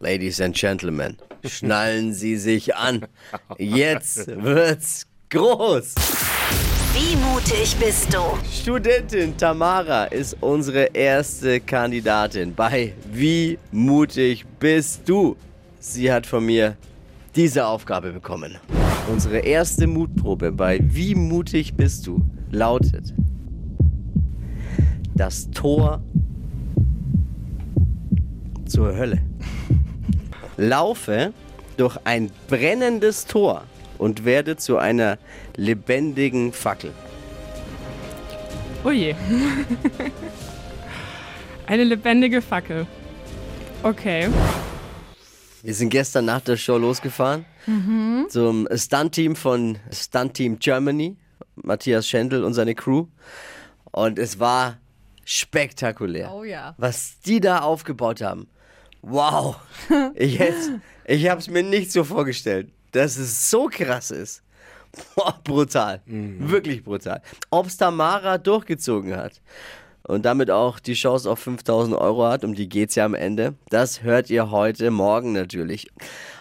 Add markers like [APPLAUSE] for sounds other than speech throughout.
Ladies and Gentlemen, schnallen Sie sich an. Jetzt wird's groß. Wie mutig bist du? Studentin Tamara ist unsere erste Kandidatin bei Wie mutig bist du? Sie hat von mir diese Aufgabe bekommen. Unsere erste Mutprobe bei Wie mutig bist du lautet das Tor zur Hölle. Laufe durch ein brennendes Tor und werde zu einer lebendigen Fackel. Oh je. Eine lebendige Fackel. Okay. Oh Wir sind gestern nach der Show losgefahren zum Stunt-Team von Stunt-Team Germany, Matthias Schendl und seine Crew. Und es war spektakulär. Oh ja. Was die da aufgebaut haben. Wow. Ich, hätt's- ich habe es mir nicht so vorgestellt, dass es so krass ist. Boah, brutal. Wirklich brutal. Ob es Tamara durchgezogen hat und damit auch die Chance auf 5000 Euro hat, um die geht's ja am Ende, das hört ihr heute Morgen natürlich.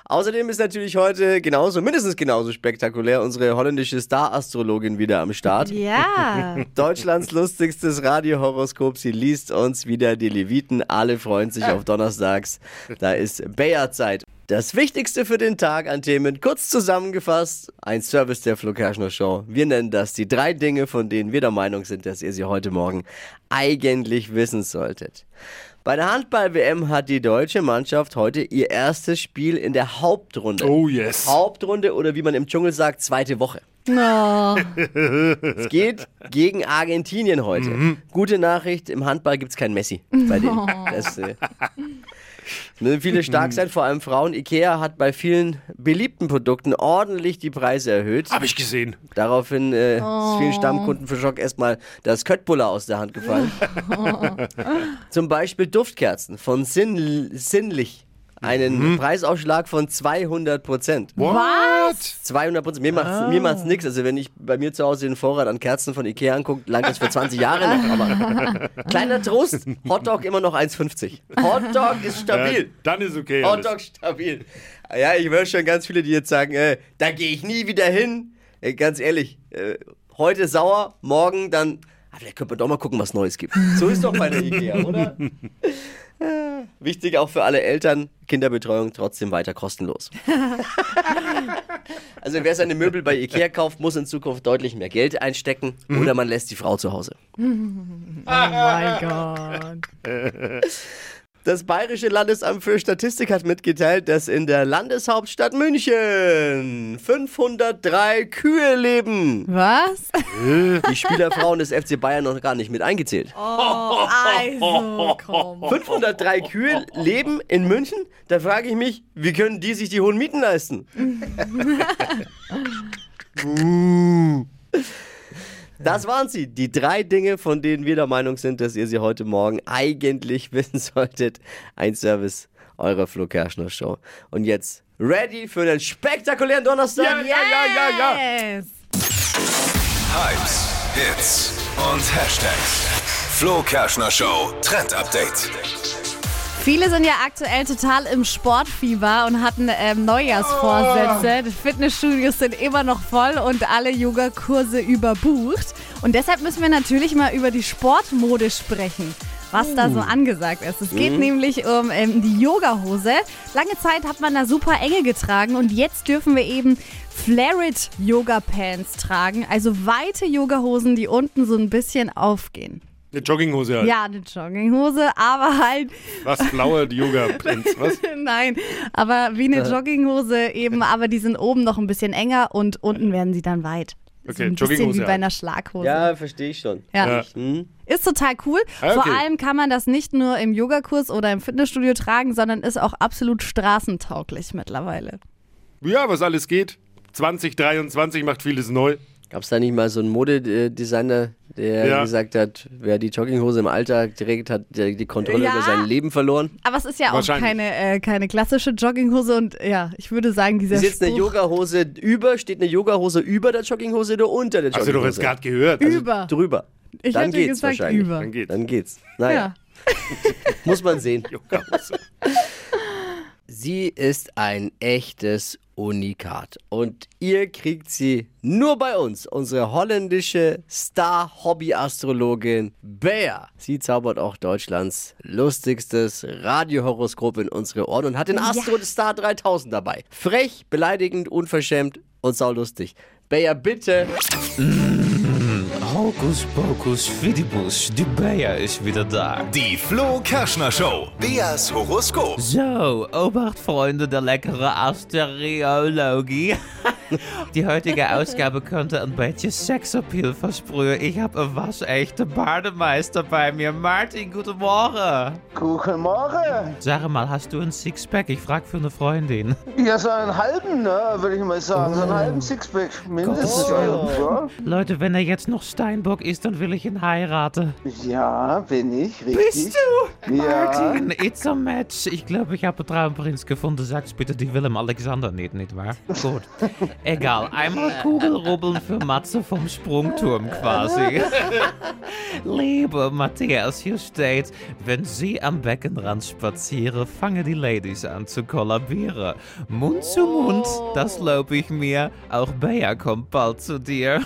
Außerdem ist natürlich heute genauso, mindestens genauso spektakulär unsere holländische Star-Astrologin wieder am Start. Ja, Deutschlands lustigstes Radiohoroskop. Sie liest uns wieder die Leviten. Alle freuen sich auf Donnerstags. Da ist Bayer-Zeit. Das Wichtigste für den Tag an Themen kurz zusammengefasst. Ein Service der Flo Kerschner Show. Wir nennen das die drei Dinge, von denen wir der Meinung sind, dass ihr sie heute Morgen eigentlich wissen solltet. Bei der Handball-WM hat die deutsche Mannschaft heute ihr erstes Spiel in der Hauptrunde. Oh yes. Hauptrunde oder wie man im Dschungel sagt, zweite Woche. Es geht gegen Argentinien heute. Gute Nachricht, im Handball gibt es keinen Messi bei denen. Das, äh, müssen viele stark sein, vor allem Frauen. Ikea hat bei vielen beliebten Produkten ordentlich die Preise erhöht. Hab ich gesehen. Daraufhin äh, ist vielen Stammkunden für Schock erstmal das Köttbullar aus der Hand gefallen. Zum Beispiel Duftkerzen von Sinn, Sinnlich. Einen Preisausschlag von 200 Prozent. What? 200 Prozent. Mir macht's, mir macht's nix. Also wenn ich bei mir zu Hause den Vorrat an Kerzen von Ikea angucke, langt das für 20 Jahre noch. Aber kleiner Trost, Hotdog immer noch 1,50. Hotdog ist stabil. Dann ist okay. alles. Hotdog stabil. Ja, ich höre schon ganz viele, die jetzt sagen, äh, da gehe ich nie wieder hin. Äh, ganz ehrlich, äh, heute sauer, morgen dann, ah, vielleicht könnte man doch mal gucken, was Neues gibt. So ist doch bei der Ikea, oder? Äh, Wichtig auch für alle Eltern, Kinderbetreuung trotzdem weiter kostenlos. also wer seine Möbel bei Ikea kauft, muss in Zukunft deutlich mehr Geld einstecken oder man lässt die Frau zu Hause. Mein Gott. Das Bayerische Landesamt für Statistik hat mitgeteilt, dass in der Landeshauptstadt München 503 Kühe [LAUGHS] leben. was? Die Spielerfrauen des FC Bayern noch gar nicht mit eingezählt. Also, komm. [LAUGHS] 503 Kühe leben in München? Da frage ich mich, wie können die sich die hohen Mieten [LAUGHS] leisten? Das waren sie, die drei Dinge, von denen wir der Meinung sind, dass ihr sie heute Morgen eigentlich [LAUGHS] wissen solltet. Ein Service eurer Flo Kerschner Show. Und jetzt ready für den spektakulären Donnerstag? Ja, ja, ja, ja, ja. Yes. Hypes, Hits und Hashtags. Flo Kerschner Show Trend Update. Viele sind ja aktuell total im Sportfieber und hatten ähm, Neujahrsvorsätze. Die Fitnessstudios sind immer noch voll und alle Yogakurse überbucht. Und deshalb müssen wir natürlich mal über die Sportmode sprechen. Was da so angesagt ist. Es geht nämlich um ähm, die Yogahose. Lange Zeit hat man da super enge getragen und jetzt dürfen wir eben Flared Yoga Pants tragen. Also weite Yogahosen, die unten so ein bisschen aufgehen. Eine Jogginghose halt. Ja, eine Jogginghose, aber halt Was blauer Yoga Prinz, was? [LAUGHS] Nein, aber wie Äh. eine Jogginghose eben, aber die sind oben noch ein bisschen enger und unten werden sie dann weit. so Okay, ein bisschen Jogginghose, wie ja. bei einer Schlaghose. Ja, Hm. verstehe ich schon. Ja. Ja. Ist total cool. Ah, Vor okay. allem kann man das nicht nur im Yogakurs oder im Fitnessstudio tragen, sondern ist auch absolut straßentauglich mittlerweile. Ja, was alles geht. 2023 macht vieles neu. Gab es da nicht mal so einen Modedesigner, der Ja. gesagt hat, wer die Jogginghose im Alltag trägt, hat die die Kontrolle Ja. über sein Leben verloren? Aber es ist ja auch Wahrscheinlich. keine, äh, keine klassische Jogginghose und ja, ich würde sagen, dieser Ist jetzt eine Spruch Yogahose über, steht eine Yogahose über der Jogginghose oder unter der Hast Jogginghose? du doch jetzt gerade gehört. Also, also über. Drüber. Ah. ich Dann hätte geht's gesagt wahrscheinlich. über. Dann geht's. Dann geht's. [LAUGHS] Ja. Naja, muss man sehen. Yogahose. Sie ist ein echtes Unikat. Und ihr kriegt sie nur bei uns. Unsere holländische Star-Hobby-Astrologin Bea. Sie zaubert auch Deutschlands lustigstes Radiohoroskop in unsere Ohren und hat den Astro Star 3000 dabei. Frech, beleidigend, unverschämt und saulustig. Bea, bitte. Hocus pocus fidibus, die Bayer ist wieder da. Die Flo Kerschner Show. Beas Horoskop. So, Obacht Freunde der leckere Asteriologie. [LAUGHS] Die heutige Ausgabe könnte ein bisschen Sexappeal versprühen. Ich habe einen waschechten Bademeister bei mir. Martin, guten Morgen. Guten Morgen. Sag mal, hast du ein Sixpack? Ich frag für eine Freundin. Ja, so einen halben, ne, würde ich mal sagen. So Oh. einen halben Sixpack. Mindestens. Ja. Leute, wenn er jetzt noch Steinbock ist, dann will ich ihn heiraten. ja, bin ich, richtig. Bist du? Ja. Martin, it's a match. Ich glaube, ich habe einen Traumprinz gefunden. Sag's bitte die Willem-Alexander nicht, nietwaar? Gut. Egal. Einmal Kugelrubbeln für Matze vom Sprungturm quasi. Liebe Matthias, hier steht, wenn Sie am Beckenrand spazieren, fangen die Ladies an zu kollabieren. Mund zu Mund, das lob ich mir. Auch Bea kommt bald zu dir.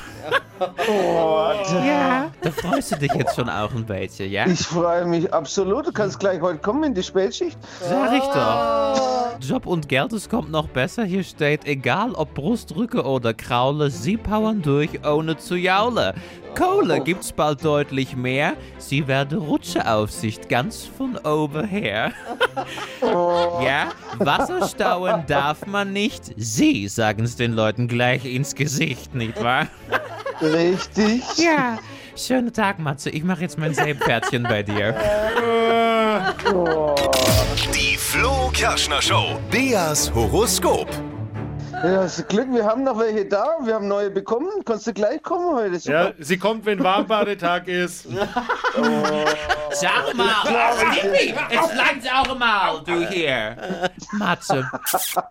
Ja. Da freust du dich jetzt schon auch ein bisschen, ja? Ich freue mich absolut. Du kannst gleich heute kommen in die Spätschicht. Sag ich doch. Job und Geld, es kommt noch besser. Hier steht, egal ob Brustrücke oder Kraule, sie powern durch, ohne zu jaule. Kohle gibt's bald deutlich mehr. Sie werden Rutscheaufsicht ganz von oben her. Ja, Wasser stauen darf man nicht. Sie sagen's den Leuten gleich ins Gesicht, nicht wahr? Richtig. Ja. Schönen Tag, Matze. Ich mache jetzt mein Seepferdchen bei dir. Die Flo Kerschner Show. Beas Horoskop. Ja, hast Glück, wir haben noch welche da. Wir haben neue bekommen. Kannst du gleich kommen heute? Super. Ja, sie kommt, wenn Warmbadetag ist. Sag mal, Yippie, es langt auch mal, du hier. Matze,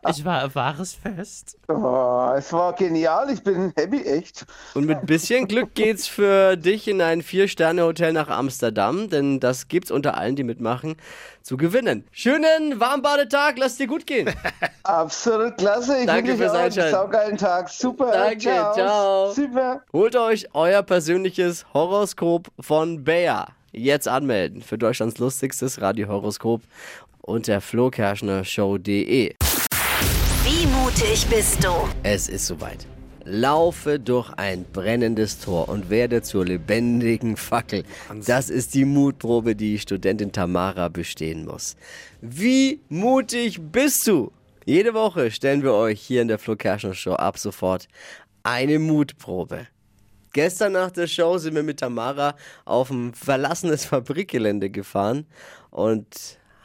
es war ein wahres Fest. Oh, es war genial. Ich bin happy, echt. Und mit bisschen Glück geht's für dich in ein Vier-Sterne-Hotel nach Amsterdam, denn das gibt's unter allen, die mitmachen, zu gewinnen. Schönen Warmbadetag, lass dir gut gehen. Absolut klasse. Ich Danke wünsche dir fürs auch einen Einschalten. saugeilen Tag. Super. Danke, ciao. Super. Holt euch euer persönliches Horoskop von Bayer. Jetzt anmelden für Deutschlands lustigstes Radiohoroskop unter flokerschnershow.de. [LAUGHS] Wie mutig bist du? Es ist soweit. Laufe durch ein brennendes Tor und werde zur lebendigen Fackel. Das ist die Mutprobe, die Studentin Tamara bestehen muss. Wie mutig bist du? Jede Woche stellen wir euch hier in der Flo Kerschner Show ab sofort eine Mutprobe. Gestern nach der Show sind wir mit Tamara auf ein verlassenes Fabrikgelände gefahren und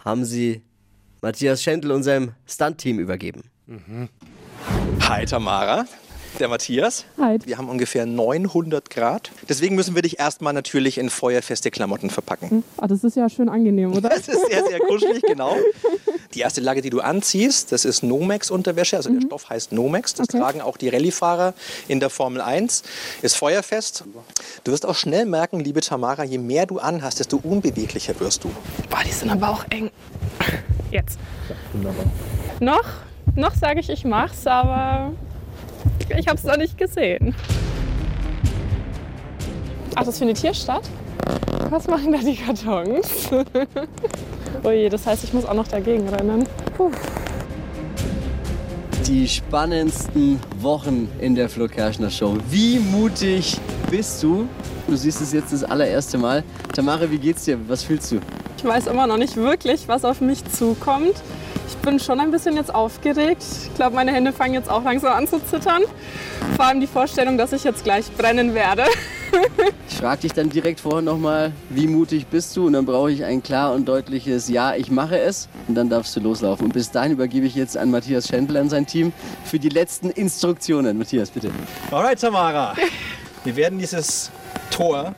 haben sie Matthias Schendl unserem Stunt-Team übergeben. Hi Tamara, der Matthias. Hi. Wir haben ungefähr 900 Grad. Deswegen müssen wir dich erstmal natürlich in feuerfeste Klamotten verpacken. Ah, das ist ja schön angenehm, oder? Das ist sehr, sehr kuschelig, genau. Die erste Lage, die du anziehst, das ist Nomex-Unterwäsche. Also Mhm. der Stoff heißt Nomex. Das tragen auch die Rallye-Fahrer in der Formel 1. Ist feuerfest. Du wirst auch schnell merken, liebe Tamara, je mehr du anhast, desto unbeweglicher wirst du. Boah, die sind aber auch eng. Jetzt. Noch, noch sage ich, ich mach's, aber ich hab's noch nicht gesehen. Ach, das findet hier statt? Was machen da die Kartons? [LAUGHS] Ui, das heißt, ich muss auch noch dagegen rennen. Puh. Die spannendsten Wochen in der Flo Kerschner Show. Wie mutig bist du? Du siehst es jetzt das allererste Mal. Tamara, wie geht's dir? Was fühlst du? Ich weiß immer noch nicht wirklich, was auf mich zukommt. Ich bin schon ein bisschen jetzt aufgeregt. Ich glaube, meine Hände fangen jetzt auch langsam an zu zittern. Vor allem die Vorstellung, dass ich jetzt gleich brennen werde. [LAUGHS] Ich frage dich dann direkt vorher nochmal, wie mutig bist du? Und dann brauche ich ein klar und deutliches Ja, ich mache es. Und dann darfst du loslaufen. Und bis dahin übergebe ich jetzt an Matthias Schendl an sein Team für die letzten Instruktionen. Matthias, bitte. Alright, Tamara. Wir werden dieses Tor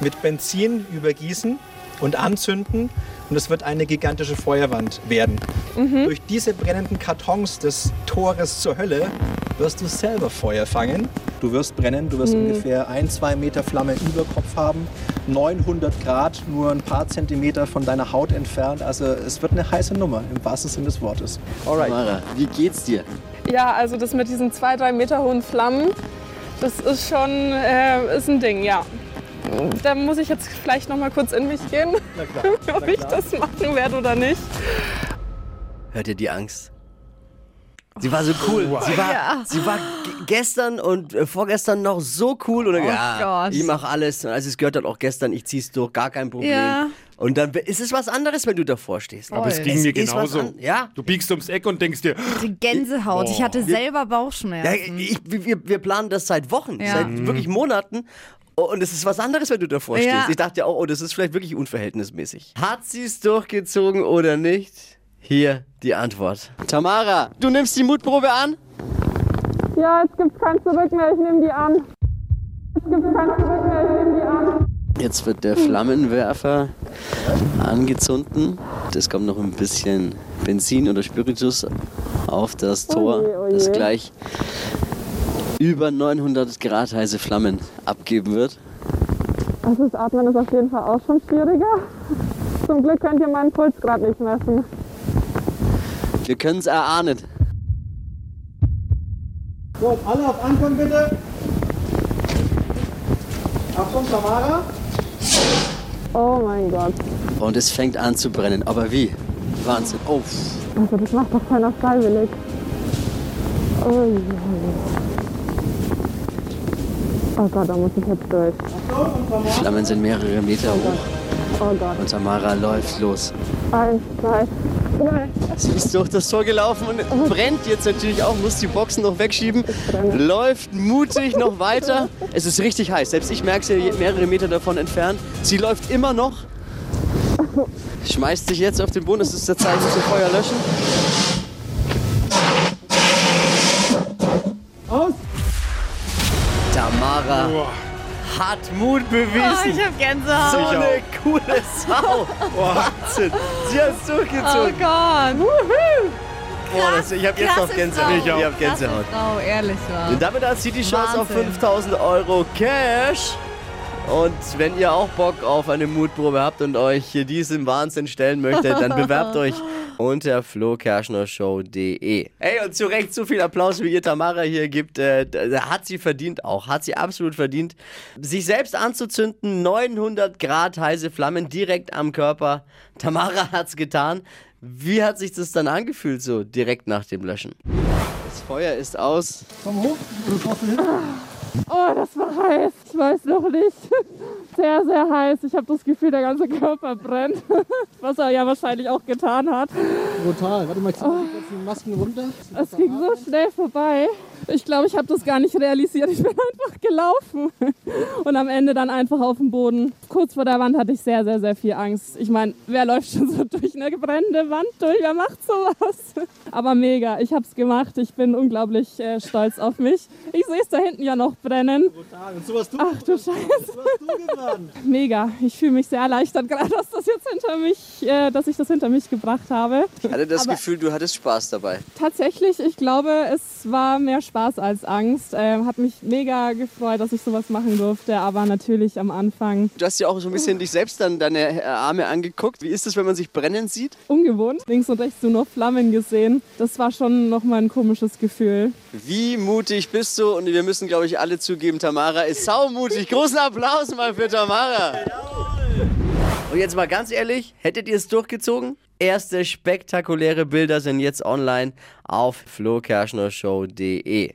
mit Benzin übergießen und anzünden und es wird eine gigantische Feuerwand werden. Durch diese brennenden Kartons des Tores zur Hölle wirst du selber Feuer fangen. Du wirst brennen, du wirst ungefähr ein, zwei Meter Flamme über Kopf haben 900 Grad nur ein paar Zentimeter von deiner Haut entfernt. Also es wird eine heiße Nummer im wahrsten Sinne des Wortes. Mara, wie geht's dir? Ja, also das mit diesen zwei, drei Meter hohen Flammen, das ist schon äh, ist ein Ding, ja. Da muss ich jetzt vielleicht noch mal kurz in mich gehen, [LAUGHS] ob ich das machen werde oder nicht. Hört ihr die Angst? Sie war so cool. Sie war, sie war ge- gestern und äh, vorgestern noch so cool. Und dann, ja, Oh Gott. ich mache alles. Und als es gehört hat, auch gestern, ich zieh's durch, gar kein Problem. Ja. Und dann be- ist es was anderes, wenn du davor stehst. Aber es ging Es mir ist was genauso. an- ja. Du biegst ums Eck und denkst dir, Die Gänsehaut. Ich hatte selber Oh. Also Ja, Bauchschmerzen. ich, wir, wir planen das seit Wochen, Ja. seit Mhm. wirklich Monaten. Und es ist was anderes, wenn du davor Ja. stehst. Ich dachte ja auch, oh, das ist vielleicht wirklich unverhältnismäßig. Hat sie es durchgezogen oder nicht? Hier die Antwort. Tamara, du nimmst die Mutprobe an? Ja, es gibt kein Zurück mehr, ich nehme die an. Es gibt kein Zurück mehr, ich nehme die an. Jetzt wird der Flammenwerfer angezündet. Es kommt noch ein bisschen Benzin oder Spiritus auf das Tor, das gleich über 900 Grad heiße Flammen abgeben wird. Also das Atmen ist auf jeden Fall auch schon schwieriger. Zum Glück könnt ihr meinen Puls gerade nicht messen. Wir können es erahnen. Oh mein Gott. Und es fängt an zu brennen. Aber wie? Wahnsinn. Oh, pff. Also das macht doch keiner freiwillig. Oh, je. oh Gott, da muss ich jetzt durch. die Flammen sind mehrere Meter hoch. Oh Gott. Und Tamara läuft los. Eins, zwei, drei. Sie ist durch das Tor gelaufen und brennt jetzt natürlich auch, muss die Boxen noch wegschieben, läuft mutig noch weiter. Es ist richtig heiß, selbst ich merke sie mehrere Meter davon entfernt. Sie läuft immer noch, schmeißt sich jetzt auf den Boden, das ist der Zeichen zum Feuer löschen. Tamara hat Mut bewiesen. Oh, ich habe Gänsehaut. so eine coole Sau. Wahnsinn. Sie hat es Oh durchgezogen. Gott. Boah, das, ich habe jetzt noch Krasse Gänsehaut. Frau. Ich habe Gänsehaut. Frau, ehrlich wahr. Und damit hat sie die Chance auf Wahnsinn. 5000 Euro Cash. Und wenn ihr auch Bock auf eine Mutprobe habt und euch hier diesem Wahnsinn stellen möchtet, dann bewerbt euch unter flokerschnershow.de. Hey, und zu Recht so viel Applaus, wie ihr Tamara hier gibt. Äh, da- da hat sie verdient auch, hat sie absolut verdient. Sich selbst anzuzünden, 900 Grad heiße Flammen direkt am Körper. Tamara [LAUGHS] hat's getan. Wie hat sich das dann angefühlt, so direkt nach dem Löschen? Das Feuer ist aus. Oh, das war heiß. Ich weiß noch nicht. [LAUGHS] Sehr, sehr heiß. Ich habe das Gefühl, der ganze Körper brennt. [LAUGHS] Was er ja wahrscheinlich auch getan hat. Brutal. Warte mal, ich die Masken runter. Es ging so schnell vorbei. Ich glaube, ich habe das gar nicht realisiert. Ich bin [LAUGHS] einfach gelaufen. Und am Ende dann einfach auf dem Boden. Kurz vor der Wand hatte ich sehr, sehr, sehr viel Angst. Ich meine, wer läuft schon so durch eine brennende Wand durch? Wer macht sowas? Aber mega, ich habe es gemacht. Ich bin unglaublich äh, stolz auf mich. Ich sehe es da hinten ja noch brennen. Ach du Scheiße. Mega. Ich fühle mich sehr erleichtert gerade, dass das jetzt hinter mich, äh, dass ich das hinter mich gebracht habe. Ich hatte das Aber- Gefühl, du hattest Spaß dabei. Tatsächlich, ich glaube, es war mehr Spaß als Angst. Ähm, hat mich mega gefreut, dass ich sowas machen durfte, aber natürlich am Anfang Du hast ja auch so ein bisschen dich selbst dann deine äh, Arme angeguckt. Wie ist es, wenn man sich brennen sieht? ungewohnt. Links und rechts nur noch Flammen gesehen. Das war schon nochmal ein komisches Gefühl. Wie mutig bist du? Und wir müssen, glaube ich, alle zugeben, Tamara ist saumutig. Großen Applaus mal für Tamara. Und jetzt mal ganz ehrlich, hättet ihr es durchgezogen? Erste spektakuläre Bilder sind jetzt online auf [LAUGHS] flokerschnershow.de.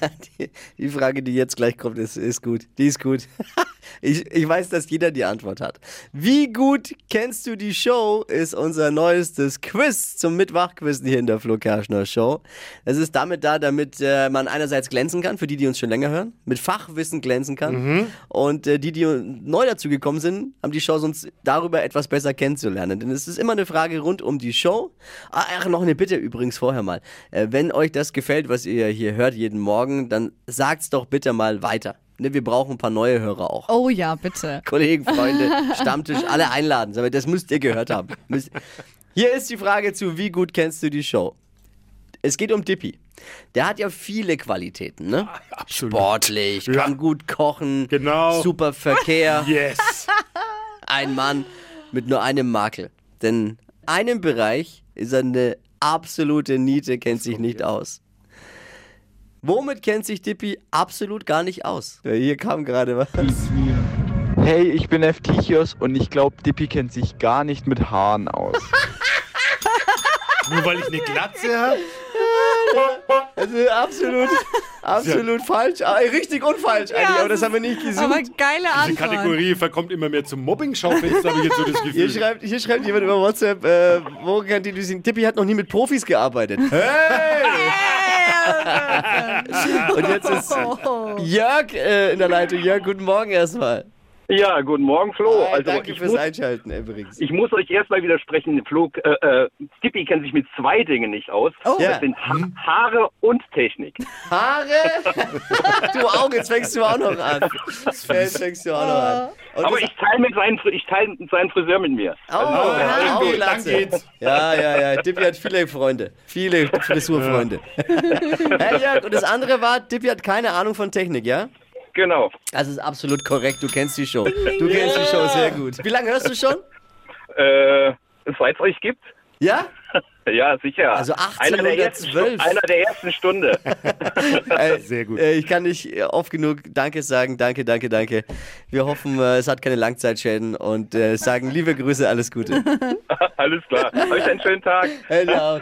die, die Frage, die jetzt gleich kommt, ist, ist gut. Die ist gut. [LAUGHS] ich, ich weiß, dass jeder die Antwort hat. Wie gut kennst du die Show? Ist unser neuestes Quiz zum Mitwachquizen hier in der Flo Kerschner Show. Es ist damit da, damit äh, man einerseits glänzen kann, für die, die uns schon länger hören, mit Fachwissen glänzen kann. Und äh, die, die neu dazu gekommen sind, haben die Chance, uns darüber etwas besser kennenzulernen. Denn es ist immer eine Frage rund um die Show. Ah, Ach, noch eine Bitte übrigens vorher mal. Äh, wenn euch das gefällt, was ihr hier hört jeden Morgen, dann sagt's doch bitte mal weiter. Ne, wir brauchen ein paar neue Hörer auch. Oh ja, bitte. Kollegen, Freunde, Stammtisch, alle einladen. Sag mal, Das müsst ihr gehört haben. Müsst- Hier ist die Frage zu, wie gut kennst du die Show? Es geht um Dippy. Der hat ja viele Qualitäten, ne? Sportlich, kann gut kochen, super Verkehr. yes. Ein Mann mit nur einem Makel. Denn einem Bereich ist er eine absolute Niete, kennt sich nicht aus. Womit kennt sich Dippy absolut gar nicht aus? Hier kam gerade was. Hey, ich bin Eftichios und ich glaube, Dippy kennt sich gar nicht mit Haaren aus. Nur weil ich eine Glatze [LAUGHS] habe? Das ist absolut, absolut falsch. Ah, Richtig und falsch eigentlich, aber das haben wir nicht gesucht. aber geile Diese Kategorie verkommt immer mehr zum Mobbing-Schaufenster, habe ich [LAUGHS] jetzt so das Hier Gefühl. schreibt, hier schreibt jemand über WhatsApp, äh, wo kann die Düsin? Tippi hat noch nie mit Profis gearbeitet. [LAUGHS] Und jetzt ist Jörg äh, in der Leitung. Jörg, guten Morgen erstmal. Ja, guten Morgen, Flo. Hi, also, danke ich fürs muss- Einschalten übrigens. Ich muss euch erstmal widersprechen, Flo. Äh, äh, Skippy kennt sich mit zwei Dingen nicht aus. Oh. Ja. Das sind ha Haare und Technik. [LAUGHS] Haare? du Augen, jetzt fängst du auch noch an. Jetzt fängst du auch noch an. Und Aber das- ich teile mit seinen, Fri- ich teile seinen Friseur mit mir. Oh, oh, oh, klasse. Ja, ja, ja. Dippy hat viele Freunde. Viele Frisurfreunde. Herr Jörg, und das andere war, Dippy hat keine Ahnung von Technik, ja? Genau. Das ist absolut korrekt. Du kennst die Show. Du kennst die Show sehr gut. Wie lange hörst du schon? Äh, seit es euch gibt. Ja? Ja, sicher. Also Einer der ersten, Stu- 1812. einer der ersten Stunde. Äh, Sehr gut. Ich kann nicht äh, oft genug Danke sagen. Danke, danke, danke. Wir hoffen, äh, es hat keine Langzeitschäden und äh, sagen liebe Grüße, alles [LAUGHS] Gute. Alles klar. Euch einen schönen Tag. Genau,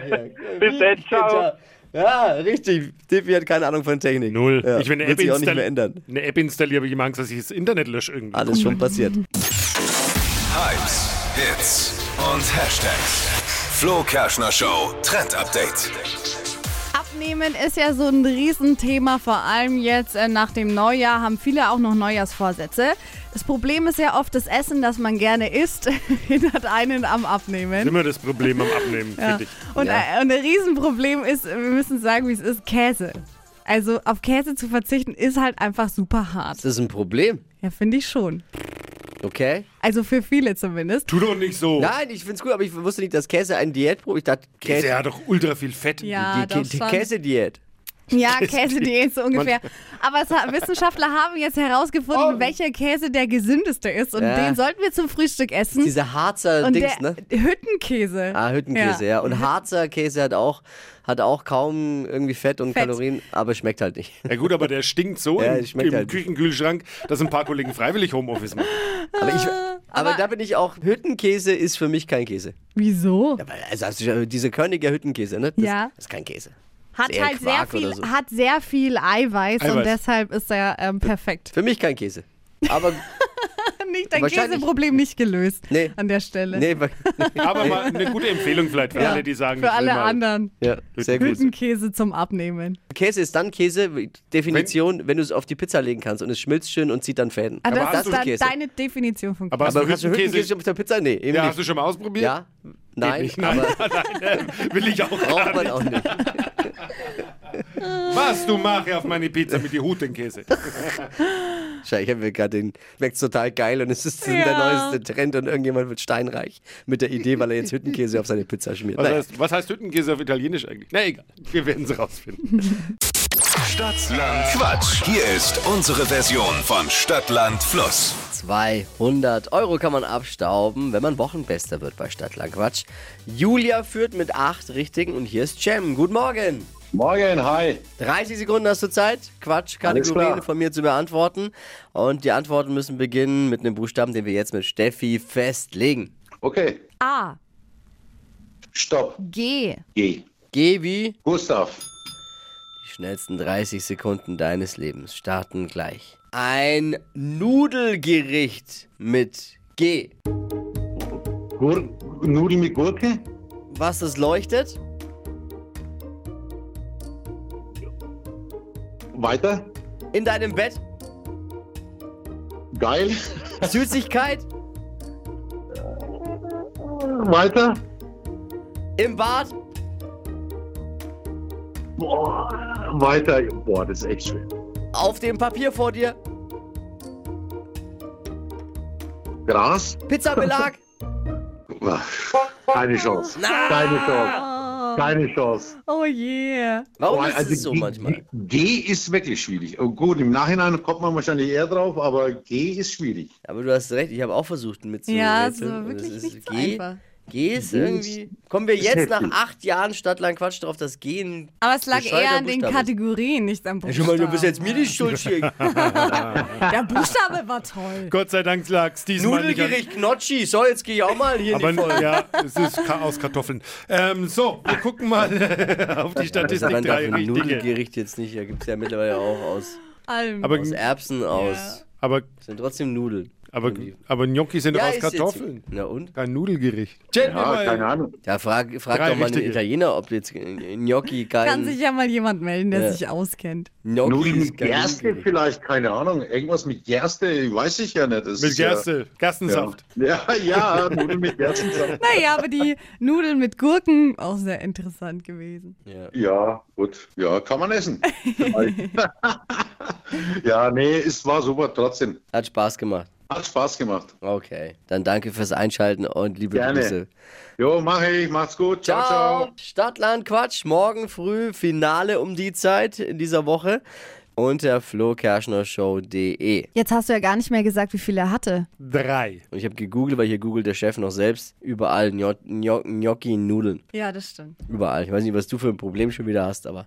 Bis dann, [LAUGHS] ciao. Ja, richtig. Dippy hat keine Ahnung von Technik. Null. Ja, Ich, wenn eine wird App, sich auch nicht install- mehr ändern. eine App installiere, habe ich immer Angst, dass ich das Internet lösche irgendwie. Alles schon passiert. Hypes, Hits und Hashtags. Flo Kerschner Show Trend Update. Abnehmen ist ja so ein Riesenthema, vor allem jetzt äh, nach dem Neujahr haben viele auch noch Neujahrsvorsätze. Das Problem ist ja oft, das Essen, das man gerne isst, [LAUGHS] hindert einen am Abnehmen. Ist immer das Problem am Abnehmen, Ja. finde ich. Und, Äh, und ein Riesenproblem ist, äh, wir müssen sagen, wie es ist, Käse. Also auf Käse zu verzichten ist halt einfach super hart. Das ist ein Problem. Ja, finde ich schon. Okay. Also für viele zumindest. Tu doch nicht so. Nein, ich find's gut, aber ich wusste nicht, dass Käse ein Diätproblem Ich dachte, Käse, Käse hat doch ultra viel Fett. Ja, die, Ah, doch die, die schon. Käsediät. [LAUGHS] Ja, Käse-Diät. Käsediät so ungefähr. Aber es, ha- Wissenschaftler haben jetzt herausgefunden, welcher Käse der gesündeste ist. Und Oh. Ja. den sollten wir zum Frühstück essen. Dieser Harzer und Dings, der ne? Hüttenkäse. Ah, Hüttenkäse, ja. Mhm. Und Harzer Käse hat auch, hat auch kaum irgendwie Fett und Fett. Kalorien, aber schmeckt halt nicht. [LAUGHS] Ja gut, aber der stinkt so Ja, im, das schmeckt im halt nicht. Küchenkühlschrank, dass ein paar Kollegen freiwillig Homeoffice [LAUGHS] machen. Aber, ich, Ah, aber, da bin ich auch, Hüttenkäse ist für mich kein Käse. Wieso? Ja, weil, also, also diese Körniger Hüttenkäse, ne? Das, Ja. das ist kein Käse. Hat Sehr halt sehr Quark viel, oder so. hat sehr viel Eiweiß, und Eiweiß. deshalb ist er [LAUGHS] ähm, perfekt. Für mich kein Käse. [LAUGHS] Aber Nicht dein Wahrscheinlich- Käseproblem nicht gelöst Nee. an der Stelle. nee, wa- Aber mal eine gute Empfehlung vielleicht für Ja. alle, die sagen, Für ich will alle mal. anderen. [LAUGHS] ja, sehr gut. Hüttenkäse zum Abnehmen. Käse ist dann Käse, Definition, wenn, du es auf die Pizza legen kannst und es schmilzt schön und zieht dann Fäden. Aber hast Ah, das du ist dann Käse? deine Definition von Käse. Aber hast Aber du hast du Hüttenkäse? Hüttenkäse auf der Pizza? Nee, eben Ja, nicht. hast du schon mal ausprobiert? Ja? Nein, nicht. Nein, aber nein, nein, [LAUGHS] will ich auch braucht gar man nicht. auch nicht. Was du machst auf meine Pizza mit [LAUGHS] die Hutenkäse. Scheiße, ich habe mir gerade den, schmeckt total geil und es ist der Ja. neueste Trend und irgendjemand wird steinreich mit der Idee, weil er jetzt Hüttenkäse auf seine Pizza schmiert. Was Naja. heißt, was heißt Hüttenkäse auf Italienisch eigentlich? Na egal, wir werden es rausfinden. Stadtland Quatsch. Hier ist unsere Version von Stadtland Fluss. 200 Euro kann man abstauben, wenn man Wochenbester wird bei Stadtland Quatsch. Julia führt mit 8 Richtigen und hier ist Cem. Guten Morgen. Morgen, hi. 30 Sekunden hast du Zeit, Alles Quatsch-Kategorien klar. von mir zu beantworten. Und die Antworten müssen beginnen mit einem Buchstaben, den wir jetzt mit Steffi festlegen. Okay, A, [LAUGHS] stopp. G, G. Geh wie Gustav. Die schnellsten 30 Sekunden deines Lebens starten gleich. Ein Nudelgericht mit G. Gur Nudeln mit Gurke? Was es leuchtet? Weiter. In deinem Bett? Geil. Süßigkeit? Weiter. Im Bad? Boah, weiter. Boah, das ist echt schwer. Auf dem Papier vor dir? Gras? Pizzabelag? Keine Chance. Keine Chance. Keine Chance. Oh je. Warum Boah, ist also es so G- manchmal? G ist wirklich schwierig. Und gut, im Nachhinein kommt man wahrscheinlich eher drauf, aber G ist schwierig. Aber du hast recht, ich habe auch versucht mitzurätseln. Ja, es war und wirklich es nicht so G, einfach. G ist G ist- irgendwie. Kommen wir ist jetzt nach heftig. acht Jahren Stadtland Quatsch drauf, dass G ein Aber es lag bescheuerter eher an den Buchstabe ist. Kategorien, nicht am Ja, schon mal, Buchstaben. du bist jetzt mir die [LAUGHS] Schuld schick. Der Buchstabe war toll. [LAUGHS] Gott sei Dank lag's diesmal nicht an- Nudelgericht, Gnocchi. So, jetzt gehe ich auch mal hier Aber in die Folge. ja, es [LAUGHS] ist Ka- aus Kartoffeln. Ähm, so, wir gucken mal [LAUGHS] auf die Statistik. Man darf Drei ein richtige. Nudelgericht jetzt nicht. Da gibt es ja mittlerweile auch aus, Alm. Aber- aus Erbsen, aus. Aber sind trotzdem Nudeln. Aber, aber Gnocchi sind Ja, doch aus ist jetzt so. Kartoffeln. Na und? Kein Nudelgericht. Ja, keine Ahnung. Ja, frag, frag Drei doch mal einen richtige. Italiener, ob jetzt Gnocchi Kann sich kein. ja mal jemand melden, der Ja. sich auskennt. Gnocchi Nudeln ist mit kein Gerste Nudelgericht. vielleicht, keine Ahnung. Irgendwas mit Gerste, weiß ich ja nicht. Das Mit ist ja- Gerste, Gerstensaft. Ja, ja, ja Nudeln mit Gerstensaft. [LAUGHS] Naja, aber die Nudeln mit Gurken, auch sehr interessant gewesen. Ja, gut. Ja, kann man essen. ja, nee, es war super trotzdem. Hat Spaß gemacht. Hat Spaß gemacht. Okay. Dann danke fürs Einschalten und liebe Gerne. Grüße. Jo, mache ich. Macht's gut. Ciao, ciao. Ciao. Stadtland Quatsch. Morgen früh Finale um die Zeit in dieser Woche unter flokerschnershow.de. Jetzt hast du ja gar nicht mehr gesagt, wie viel er hatte. Drei. Und ich habe gegoogelt, weil hier googelt der Chef noch selbst. Überall Gno- Gno- Gnocchi-Nudeln. Ja, das stimmt. Überall. Ich weiß nicht, was du für ein Problem schon wieder hast, aber.